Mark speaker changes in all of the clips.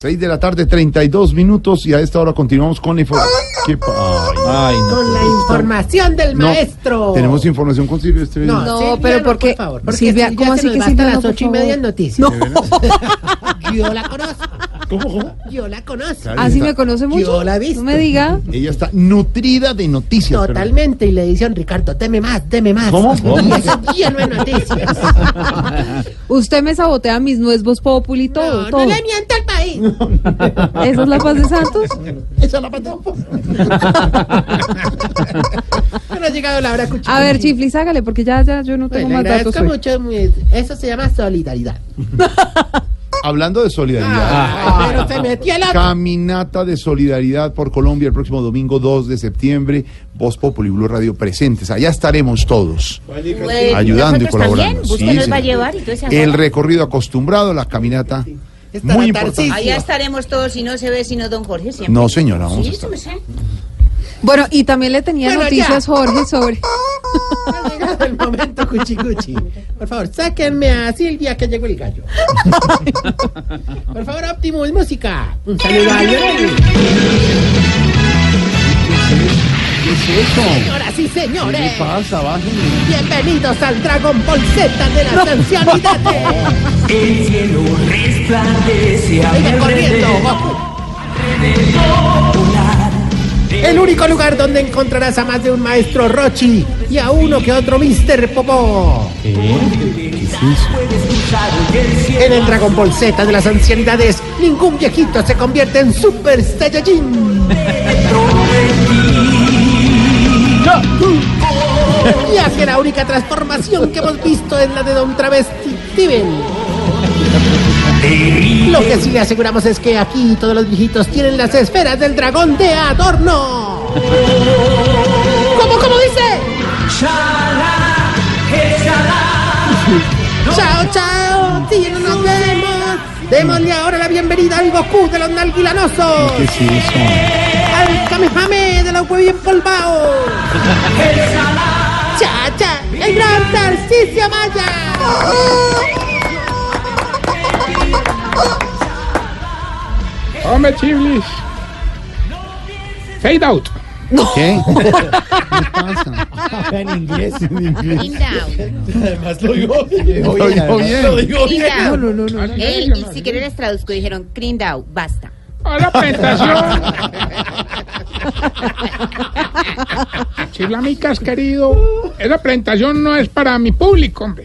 Speaker 1: 6 de la tarde, 32 minutos, y a esta hora continuamos con la información. Ay, no,
Speaker 2: Con la información del
Speaker 1: No,
Speaker 2: maestro.
Speaker 1: Tenemos información con Silvio Estevez.
Speaker 2: No,
Speaker 3: No,
Speaker 2: Silvia,
Speaker 3: pero
Speaker 2: no,
Speaker 3: porque-
Speaker 2: por favor, porque
Speaker 3: Silvia,
Speaker 2: Silvia
Speaker 3: ¿cómo
Speaker 2: se
Speaker 3: así
Speaker 2: nos
Speaker 3: que
Speaker 2: va hasta
Speaker 3: Silvia no,
Speaker 2: las
Speaker 3: por
Speaker 2: ocho y media
Speaker 3: favor?
Speaker 2: en noticias. Yo la conozco. Yo la conozco.
Speaker 1: Claro,
Speaker 3: Así
Speaker 1: está-
Speaker 3: me conoce mucho.
Speaker 2: la he visto.
Speaker 3: No me diga.
Speaker 1: Ella está nutrida de noticias. pero-
Speaker 2: Totalmente. Y le dicen, Ricardo, deme más, deme más.
Speaker 1: ¿Cómo?
Speaker 2: Y eso es lleno de noticias.
Speaker 3: Usted me sabotea mis nuevos populi, todo,
Speaker 2: No, no
Speaker 3: todo.
Speaker 2: le mienta al país.
Speaker 3: ¿Esa es la paz de Santos?
Speaker 2: Esa es la patofa. Pero ha llegado la hora cuchillo.
Speaker 3: A ver, Chiflis, hágale, porque ya, ya yo no tengo
Speaker 2: Bueno, le
Speaker 3: más datos.
Speaker 2: agradezco
Speaker 3: hoy.
Speaker 2: mucho. muy- Eso se llama solidaridad.
Speaker 1: Hablando de solidaridad.
Speaker 2: Ay, Ah, pero se metió el otro.
Speaker 1: Caminata de solidaridad por Colombia el próximo domingo 2 de septiembre. Voz Populi Blue Radio presentes. Allá estaremos todos ayudando y colaborando. Sí,
Speaker 4: Usted nos va a
Speaker 1: señor.
Speaker 4: llevar y todo ese
Speaker 1: el
Speaker 4: afán.
Speaker 1: recorrido acostumbrado, la caminata.
Speaker 2: Estará
Speaker 1: Muy importante.
Speaker 2: Tarcisio.
Speaker 4: Allá estaremos todos, si no se ve, sino don Jorge siempre.
Speaker 1: No, señora, vamos a
Speaker 4: Sí,
Speaker 1: estar.
Speaker 4: pues, ¿eh?
Speaker 3: Bueno, y también le tenía
Speaker 2: Bueno,
Speaker 3: noticias,
Speaker 2: ya.
Speaker 3: Jorge, sobre.
Speaker 2: Ha llegado el momento, Cuchi Cuchi. Por favor, sáquenme a Silvia que llegó el gallo. Por favor, Optimus Música. Un saludo a Llorelli.
Speaker 1: ¿Qué es eso?
Speaker 2: Señoras y
Speaker 1: ¿Qué
Speaker 2: señores,
Speaker 1: le pasa? Bájenle.
Speaker 2: bienvenidos al Dragon Ball Z de las ancianidades.
Speaker 5: El cielo resplandece a mi
Speaker 2: Sigue corriendo,
Speaker 5: alrededor
Speaker 2: Goku.
Speaker 5: volar.
Speaker 2: El único lugar donde encontrarás a más de un maestro Rochi y a uno que otro Mr. Popó.
Speaker 5: Puedes luchar y el cielo
Speaker 2: En el Dragon Ball Z de las ancianidades, ningún viejito se convierte en Super Saiyajin. Y es que la única transformación que hemos visto es la de Don Travesti Steven. Lo que sí le aseguramos es que aquí todos los viejitos tienen las esferas del dragón de adorno. ¿Cómo, cómo dice?
Speaker 5: Shalá, el Shalá.
Speaker 2: Chao, chao, sí, no nos vemos. Démosle ahora la bienvenida al Goku de los nalguilanosos.
Speaker 1: ¿Qué es eso?
Speaker 2: Al Kamehame de los huevos empolvados. Cha, cha, el gran Tarcisio Maya.
Speaker 6: Hombre, chiblis. Fade out.
Speaker 1: ¿Qué? ¿Qué pasa?
Speaker 2: En inglés.
Speaker 1: En inglés.
Speaker 4: In down,
Speaker 2: Además lo digo
Speaker 1: Lo dijo bien.
Speaker 4: in down. Eh,
Speaker 6: Ahora
Speaker 4: y si quieren les traduzco, dijeron clean down, basta.
Speaker 6: la presentación. Chiblamicas, querido. Esa presentación no es para mi público, hombre.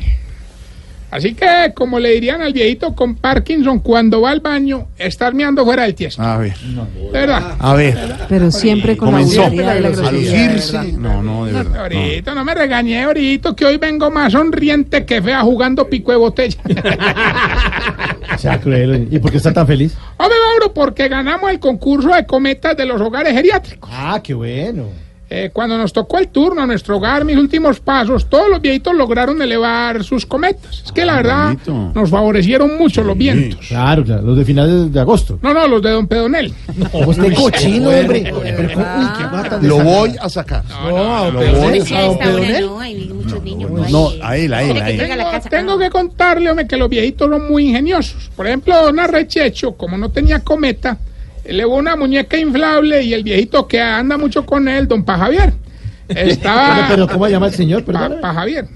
Speaker 6: Así que, como le dirían al viejito con Parkinson cuando va al baño, estar meando fuera del tiesto.
Speaker 1: A ver,
Speaker 6: De ¿Verdad?
Speaker 1: a ver.
Speaker 3: Pero siempre con
Speaker 1: Comenzó
Speaker 3: la vulgaridad y la
Speaker 1: a
Speaker 3: grosería.
Speaker 1: lucirse. No, no, de verdad. no.
Speaker 6: Ahorita no me regañé, ahorita, que hoy vengo más sonriente que fea jugando pico de botella.
Speaker 7: Sea cruel. ¿Y por qué está tan feliz?
Speaker 6: Hombre, Mauro, porque ganamos el concurso de cometas de los hogares geriátricos.
Speaker 7: Ah, qué bueno.
Speaker 6: Eh, cuando nos tocó el turno a nuestro hogar, mis últimos pasos, todos los viejitos lograron elevar sus cometas. Es que la verdad,
Speaker 1: bonito.
Speaker 6: nos favorecieron mucho los vientos.
Speaker 7: Claro, claro. Los de finales de agosto.
Speaker 6: No, no, los de Don Pedonel.
Speaker 7: este cochino, hombre.
Speaker 1: Lo voy a sacar.
Speaker 7: No,
Speaker 6: no,
Speaker 7: pero
Speaker 6: no,
Speaker 7: bueno,
Speaker 4: Sí, a esta hora
Speaker 7: Pedonel?
Speaker 4: no, hay muchos niños.
Speaker 1: No,
Speaker 4: hay, eh,
Speaker 1: a él, a él,
Speaker 4: quiere
Speaker 1: a
Speaker 4: que
Speaker 1: él.
Speaker 4: llegue a la
Speaker 6: Tengo,
Speaker 4: casa.
Speaker 6: tengo que contarle, hombre, que los viejitos son muy ingeniosos. Por ejemplo, Don Arrechecho, como no tenía cometa, elevó una muñeca inflable y el viejito que anda mucho con él, Don Pajavier, estaba...
Speaker 7: Pero, ¿cómo se llama el señor? Perdón.
Speaker 6: Pa, pa Javier.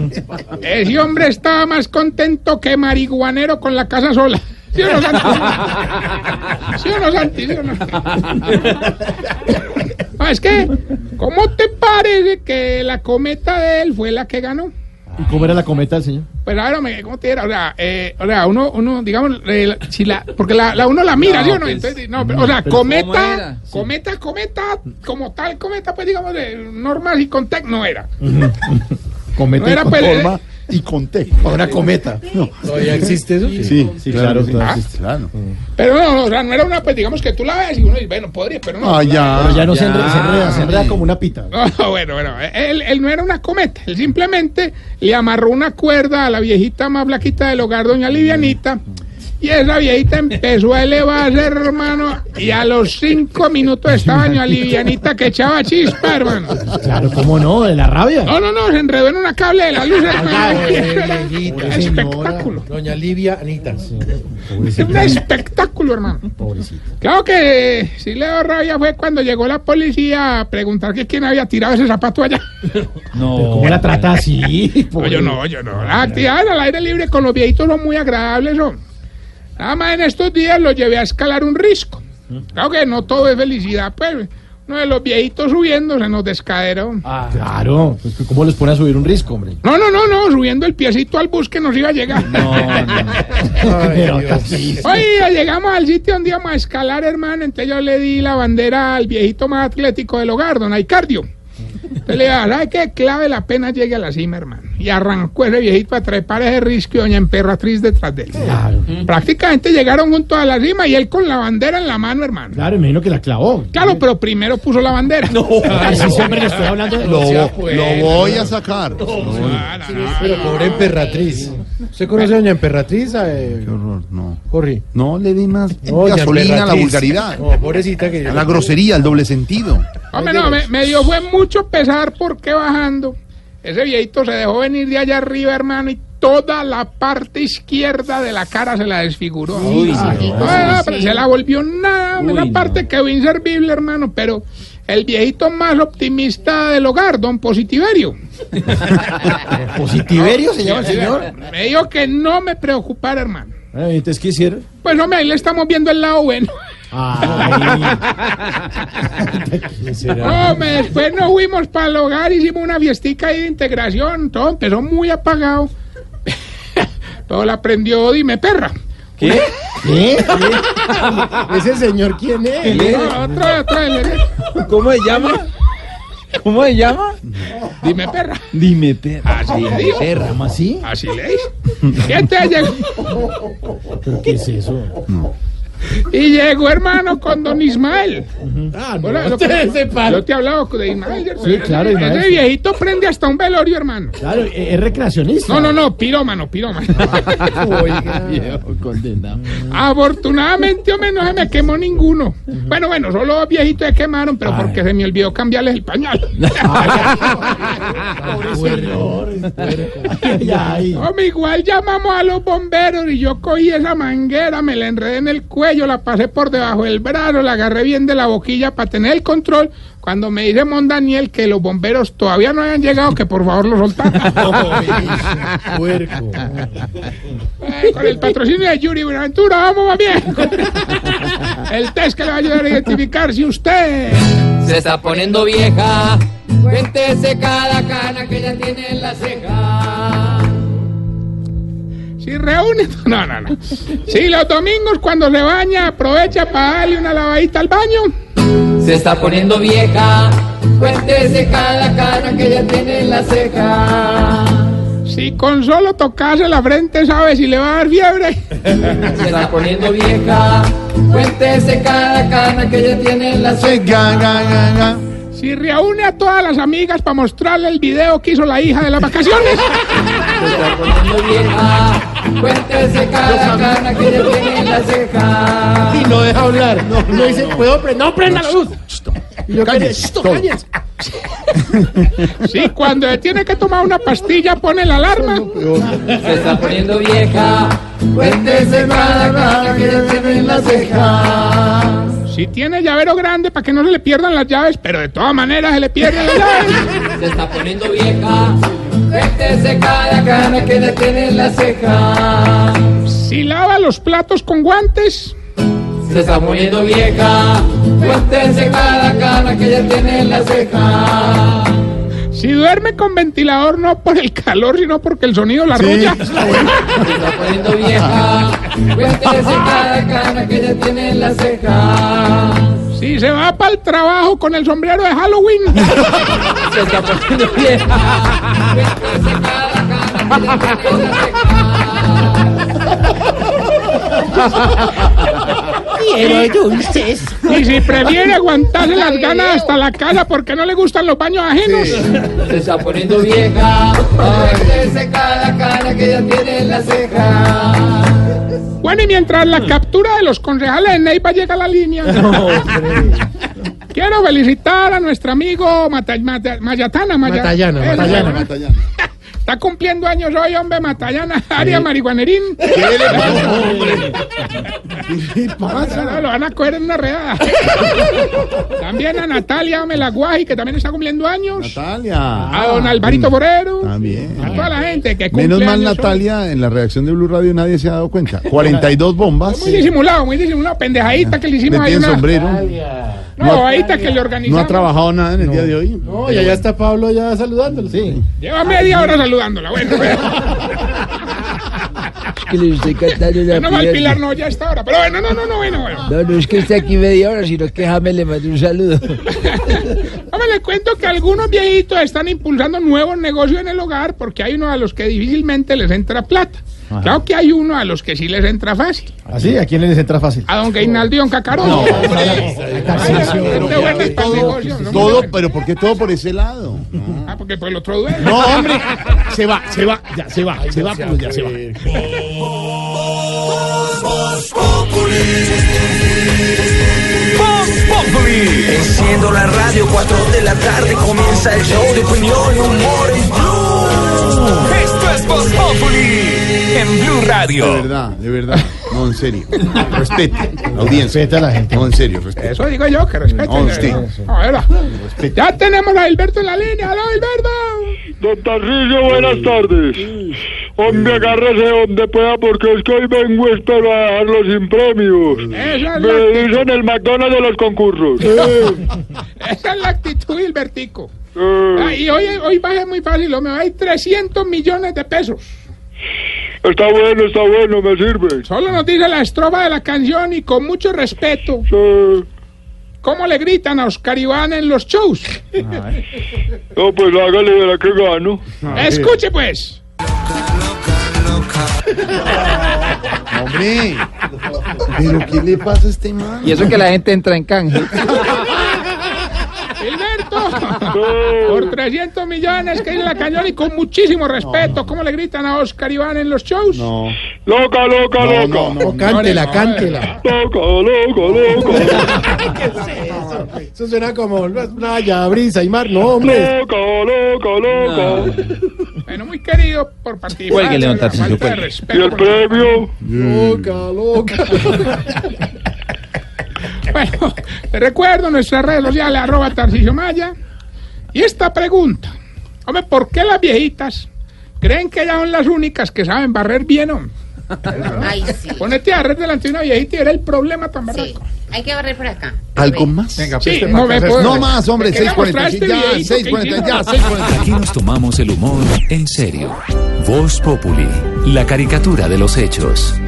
Speaker 6: Ese hombre estaba más contento que marihuanero con la casa sola. ¿Sí o no, Santi? ¿Sí o no, Santi? ¿Sí o no? No, es que, ¿cómo te parece que la cometa de él fue la que ganó?
Speaker 7: ¿Y cómo era la cometa del señor?
Speaker 6: Pues a ver, hombre, ¿cómo te dirá? O sea, eh, o sea, uno, uno, digamos, eh, la- si la, porque la, la uno la mira, ¿sí o no? Entonces, no, pues, pero, o sea, cometa, cometa, cometa, como tal eh, cometa, pues digamos, de normal y con tec no era.
Speaker 7: Cometa
Speaker 6: No era
Speaker 7: con
Speaker 6: pues,
Speaker 7: forma.
Speaker 6: eh,
Speaker 1: y conté.
Speaker 2: Para una cometa.
Speaker 1: No.
Speaker 2: ¿Todavía existe eso?
Speaker 1: Sí, sí,
Speaker 2: Sí,
Speaker 1: claro,
Speaker 2: claro,
Speaker 1: sí.
Speaker 2: todavía
Speaker 1: Ah,
Speaker 2: existe.
Speaker 1: claro.
Speaker 6: Pero no, o sea, no era una, pues digamos que tú la ves y uno dice, bueno, podría, pero no.
Speaker 1: Ah, ya.
Speaker 2: Pero ya no se enreda, se enreda, se enreda como una pita.
Speaker 6: No, bueno, bueno, él, él no era una cometa, él simplemente le amarró una cuerda a la viejita más flaquita del hogar, doña Livianita, y esa viejita empezó a elevarse, hermano, y a los cinco minutos estaba doña Livianita que echaba chispa, hermano.
Speaker 2: Claro, cómo no, de la rabia.
Speaker 6: No, no, no, se enredó en una cable de la luz, hermano.
Speaker 2: Pobre
Speaker 6: espectáculo.
Speaker 2: Doña Livia Anita.
Speaker 6: Un espectáculo, hermano. Claro que eh, sí le dio rabia fue cuando llegó la policía a preguntar que quién había tirado ese zapato allá.
Speaker 2: No. ¿Cómo la trata así?
Speaker 6: No, yo no, yo no. Las actividades al aire libre con los viejitos son muy agradables, son. Nada más en estos días lo llevé a escalar un risco. Claro que no todo es felicidad, pues. Uno de los viejitos subiendo se nos descaderó.
Speaker 2: Ah, claro. pues, ¿Cómo los pone a subir un risco, hombre?
Speaker 6: No, no, no, no, subiendo el piecito al bus que nos iba a llegar.
Speaker 2: Pero así.
Speaker 6: Oye, llegamos al sitio donde íbamos a escalar, hermano. Entonces yo le di la bandera al viejito más atlético del hogar, don Aicardio. Entonces le dije, ¿sabes qué? Clave la pena llegue a la cima, hermano. Y arrancó ese viejito a trepar ese risco y doña Emperatriz detrás de él.
Speaker 2: Claro,
Speaker 6: Prácticamente llegaron juntos a la cima y él con la bandera en la mano, hermano.
Speaker 2: claro, imagino que la clavó.
Speaker 6: Claro, pero primero puso la bandera. No,
Speaker 2: Así siempre le estoy hablando de
Speaker 1: Lo,
Speaker 6: sea, pues.
Speaker 1: lo voy a sacar.
Speaker 2: Pero pobre emperatriz. ¿Usted conoce a doña emperatriz? Eh,
Speaker 1: Qué horror, no.
Speaker 2: Corri.
Speaker 1: No le dé más
Speaker 2: Doña
Speaker 1: gasolina a la
Speaker 2: Emperatriz.
Speaker 1: vulgaridad,
Speaker 2: No, pobrecita que yo.
Speaker 1: a la grosería, al doble sentido.
Speaker 6: Hombre, no, me, me dio fue mucho pesar porque bajando. Ese viejito se dejó venir de allá arriba, hermano, y toda la parte izquierda de la cara se la desfiguró. Ah, no, pero se la volvió nada, una parte quedó inservible, hermano, pero el viejito más optimista del hogar, don Positiverio.
Speaker 2: ¿Positiverio se llama el señor?
Speaker 6: Me dijo que no me preocupara, hermano.
Speaker 2: Bueno, ¿y Eh, entonces qué hicieron? Ah,
Speaker 6: Pues hombre, ahí le estamos viendo el lado bueno.
Speaker 2: Ay. ¿Quién será?
Speaker 6: Hombre, después nos fuimos para el hogar, hicimos una fiestica ahí de integración, todo empezó muy apagado. todo lo aprendió, dime perra.
Speaker 2: ¿Qué? ¿Ese señor quién es?
Speaker 6: No, otra, otra, le- le-
Speaker 8: ¿Cómo se llama? ¿Cómo se llama?
Speaker 6: dime perra.
Speaker 8: Dime, perra.
Speaker 6: Así le dijo,
Speaker 2: Ah, ¿Cómo así?
Speaker 6: así le dijo. Y entonces llegó,
Speaker 2: ¿Qué es eso?
Speaker 6: y llegó, hermano con don Ismael.
Speaker 2: Ah,
Speaker 6: Hola, lo que- yo te he hablado de Ismael. ¿cierto?
Speaker 2: Sí, claro, Ismael,
Speaker 6: Ese
Speaker 2: sí.
Speaker 6: viejito prende hasta un velorio, hermano.
Speaker 2: Claro, e- es recreacionista.
Speaker 6: No, no, no, pirómano, pirómano.
Speaker 2: condenado.
Speaker 6: Afortunadamente, hombre, no se me quemó ninguno. Bueno, bueno, solo dos viejitos se quemaron, pero
Speaker 2: Ay.
Speaker 6: porque se me olvidó cambiarles el pañal. Hombre, igual llamamos a los bomberos y yo cogí esa manguera, me la enredé en el cuello, la pasé por debajo del brazo, la agarré bien de la boquilla para tener el control. Cuando me dice Mon Daniel que los bomberos todavía no habían llegado, que por favor lo soltaran.
Speaker 2: Puerco.
Speaker 6: Eh, con el patrocinio de Yuri Buenaventura, vamos más bien. El test que le va a ayudar a identificar si usted.
Speaker 8: Se está poniendo vieja. Cuéntese cada cana que ya tiene en la ceja.
Speaker 6: Si reúne. No, no, no. Si los domingos cuando se baña aprovecha para darle una lavadita al baño.
Speaker 8: Se está poniendo vieja. Cuéntese cada cana que ya tiene en la ceja.
Speaker 6: Si con solo tocarse la frente sabe si le va a dar fiebre.
Speaker 8: Se está poniendo vieja. Cuéntese cada cana que ya tiene en la ceja.
Speaker 1: Sí, ga, ga, ga, ga.
Speaker 6: Si reúne a todas las amigas para mostrarle el video que hizo la hija de las vacaciones.
Speaker 8: Se está poniendo vieja. Cuéntese cada cana que ya tiene en la ceja.
Speaker 2: Y Ah, no deja hablar. No, no dice, puedo prender. No prenda la luz. Y yo
Speaker 1: Cállese, todo.
Speaker 6: Si cuando se tiene que tomar una pastilla pone la alarma.
Speaker 8: Se está poniendo vieja. Cuéntese cada cana que ya tiene en la ceja.
Speaker 6: Si tiene llavero grande para que no se le pierdan las llaves, pero de todas maneras se le pierden las llaves.
Speaker 8: Se está poniendo vieja. Cuéntese cada cana que ya tiene en la ceja.
Speaker 6: Si lava los platos con guantes.
Speaker 8: Se está poniendo vieja. Cuéntese cada cana que ya tiene en la ceja.
Speaker 6: Si duerme con ventilador no por el calor, sino porque el sonido la arrulla.
Speaker 8: Se está poniendo vieja. Cuéntese cada cana que ya tiene en la ceja.
Speaker 6: Si se va para el trabajo con el sombrero de Halloween.
Speaker 8: Se está poniendo vieja. Cuéntese cada cana
Speaker 9: Quiero dulces.
Speaker 6: Y si prefiere aguantarse las ganas hasta la casa porque no le gustan los baños ajenos.
Speaker 3: Se está poniendo vieja. Cuéntese cada cara que ya tiene en la ceja.
Speaker 6: Bueno, y mientras la captura de los concejales de Neiva llega a la línea. Quiero felicitar a nuestro amigo Mata- Mata- Mayatana. Maya-
Speaker 2: Matallana,
Speaker 6: Eh,
Speaker 2: Matallana.
Speaker 6: Matallana. Está cumpliendo años hoy, hombre, Matallana, área marihuanerín.
Speaker 1: ¿Qué le pasa, hombre? ¿Qué le
Speaker 6: No, no,
Speaker 1: pasa?
Speaker 6: lo van a coger en una redada. también a Natalia Melaguaji, que también está cumpliendo años.
Speaker 1: Natalia.
Speaker 6: A Ah, don Alvarito Borero.
Speaker 1: Ah, También.
Speaker 6: A toda la gente que cumple
Speaker 1: Menos mal,
Speaker 6: años hoy.
Speaker 1: Natalia, en la reacción de Blue Radio nadie se ha dado cuenta. 42 bombas.
Speaker 6: Muy disimulado, muy disimulado. Pendejadita que le
Speaker 1: Le
Speaker 6: hicimos ahí
Speaker 1: tienen
Speaker 6: una... Ah,
Speaker 1: sombrero.
Speaker 6: No, ahorita que le organizamos.
Speaker 1: No ha trabajado nada en el día de hoy.
Speaker 2: No, y allá está Pablo ya saludándolo. Sí.
Speaker 6: Lleva media hora saludándola. Bueno, bueno.
Speaker 3: Que le estoy cantando una
Speaker 6: no va al
Speaker 3: pierna.
Speaker 6: Pilar, no, ya está ahora. Pero bueno, no, no, no, bueno, bueno.
Speaker 3: No, no es que esté aquí media hora, sino que Jame le mandó un saludo.
Speaker 6: Ahora le cuento que algunos viejitos están impulsando nuevos negocios en el hogar porque hay uno a los que difícilmente les entra plata. Claro que hay uno a los que sí les entra fácil.
Speaker 2: Así, ¿a quién les entra fácil?
Speaker 6: A don Gainaldo y don Cacarón. Gente buena para el este negocio, ¿no?
Speaker 1: Todo, pero ¿por qué todo por ese lado?
Speaker 6: Ah, porque por el otro duele.
Speaker 1: No, hombre. Se va, se va, ya se va, se va, pero ya se va.
Speaker 10: Enciendo la radio, 4 de la tarde comienza el show de opinión y humor en Blue. Esto es Voz Populi en Blue Radio.
Speaker 1: De verdad, de verdad. No, en serio. Respete la audiencia.
Speaker 2: Respeta a la gente.
Speaker 1: No, en serio, respete.
Speaker 6: Eso digo yo, que respeto.
Speaker 1: No, usted.
Speaker 6: Ahora, ya tenemos a Alberto en la línea. ¡Aló, Alberto!
Speaker 11: Don Tarcillo, buenas tardes. Hombre, agárrese donde pueda porque es que hoy vengo espero a dejarlo sin premios.
Speaker 6: Esa es, la,
Speaker 11: Me dicen el McDonald's de los concursos.
Speaker 6: esa es la actitud, Albertico.
Speaker 11: Eh,
Speaker 6: Ah, y hoy, hoy va a ser muy fácil, me va a ir 300 millones de pesos.
Speaker 11: está bueno, está bueno, me sirve.
Speaker 6: Solo nos dice la estrofa de la canción y con mucho respeto.
Speaker 11: Eh,
Speaker 6: ¿Cómo le gritan a Oscar Iván en los shows?
Speaker 11: no, pues hágale, verá que gano.
Speaker 6: Escuche pues.
Speaker 1: Hombre. Pero ¿qué le pasa a este man?
Speaker 3: eso que la gente entra en canje.
Speaker 6: Alberto,
Speaker 11: Eh,
Speaker 6: por 300 millones que es la canción y con muchísimo respeto. ¿Cómo le gritan a Oscar Iván en los shows?
Speaker 1: No.
Speaker 11: loca, loca,
Speaker 1: No,
Speaker 11: loca.
Speaker 1: no, no.
Speaker 2: Oh, Cántela, cántela.
Speaker 11: Loca, loca, loca.
Speaker 2: Eso suena como playa, brisa y mar. No, hombre.
Speaker 11: Loca, loca, loca.
Speaker 6: Bueno, muy querido por participar.
Speaker 3: Cuélguele, don
Speaker 6: La falta
Speaker 3: Tarcisio,
Speaker 6: de
Speaker 3: cuélguele.
Speaker 6: respeto
Speaker 11: ¿Y el
Speaker 6: por-
Speaker 11: premio?
Speaker 2: Loca, loca.
Speaker 6: Bueno, te recuerdo nuestras redes sociales, arroba Tarcisio Maya. Y esta pregunta, hombre, ¿por qué las viejitas creen que ellas son las únicas que saben barrer bien, hombre?
Speaker 12: Ay, sí.
Speaker 6: Ponete a barrer delante de una viejita y era el problema tan
Speaker 12: Sí.
Speaker 6: barraco.
Speaker 12: Hay que barrer por acá.
Speaker 1: ¿Algo más?
Speaker 6: Sí, no me puedo-
Speaker 1: No más, hombre,
Speaker 6: Te quería mostrar
Speaker 1: 6.45,
Speaker 6: este
Speaker 1: ya,
Speaker 6: videíto que
Speaker 1: 6.45, ya,
Speaker 6: hicimos.
Speaker 1: 6.45.
Speaker 10: Aquí nos tomamos el humor en serio. Voz Populi, la caricatura de los hechos.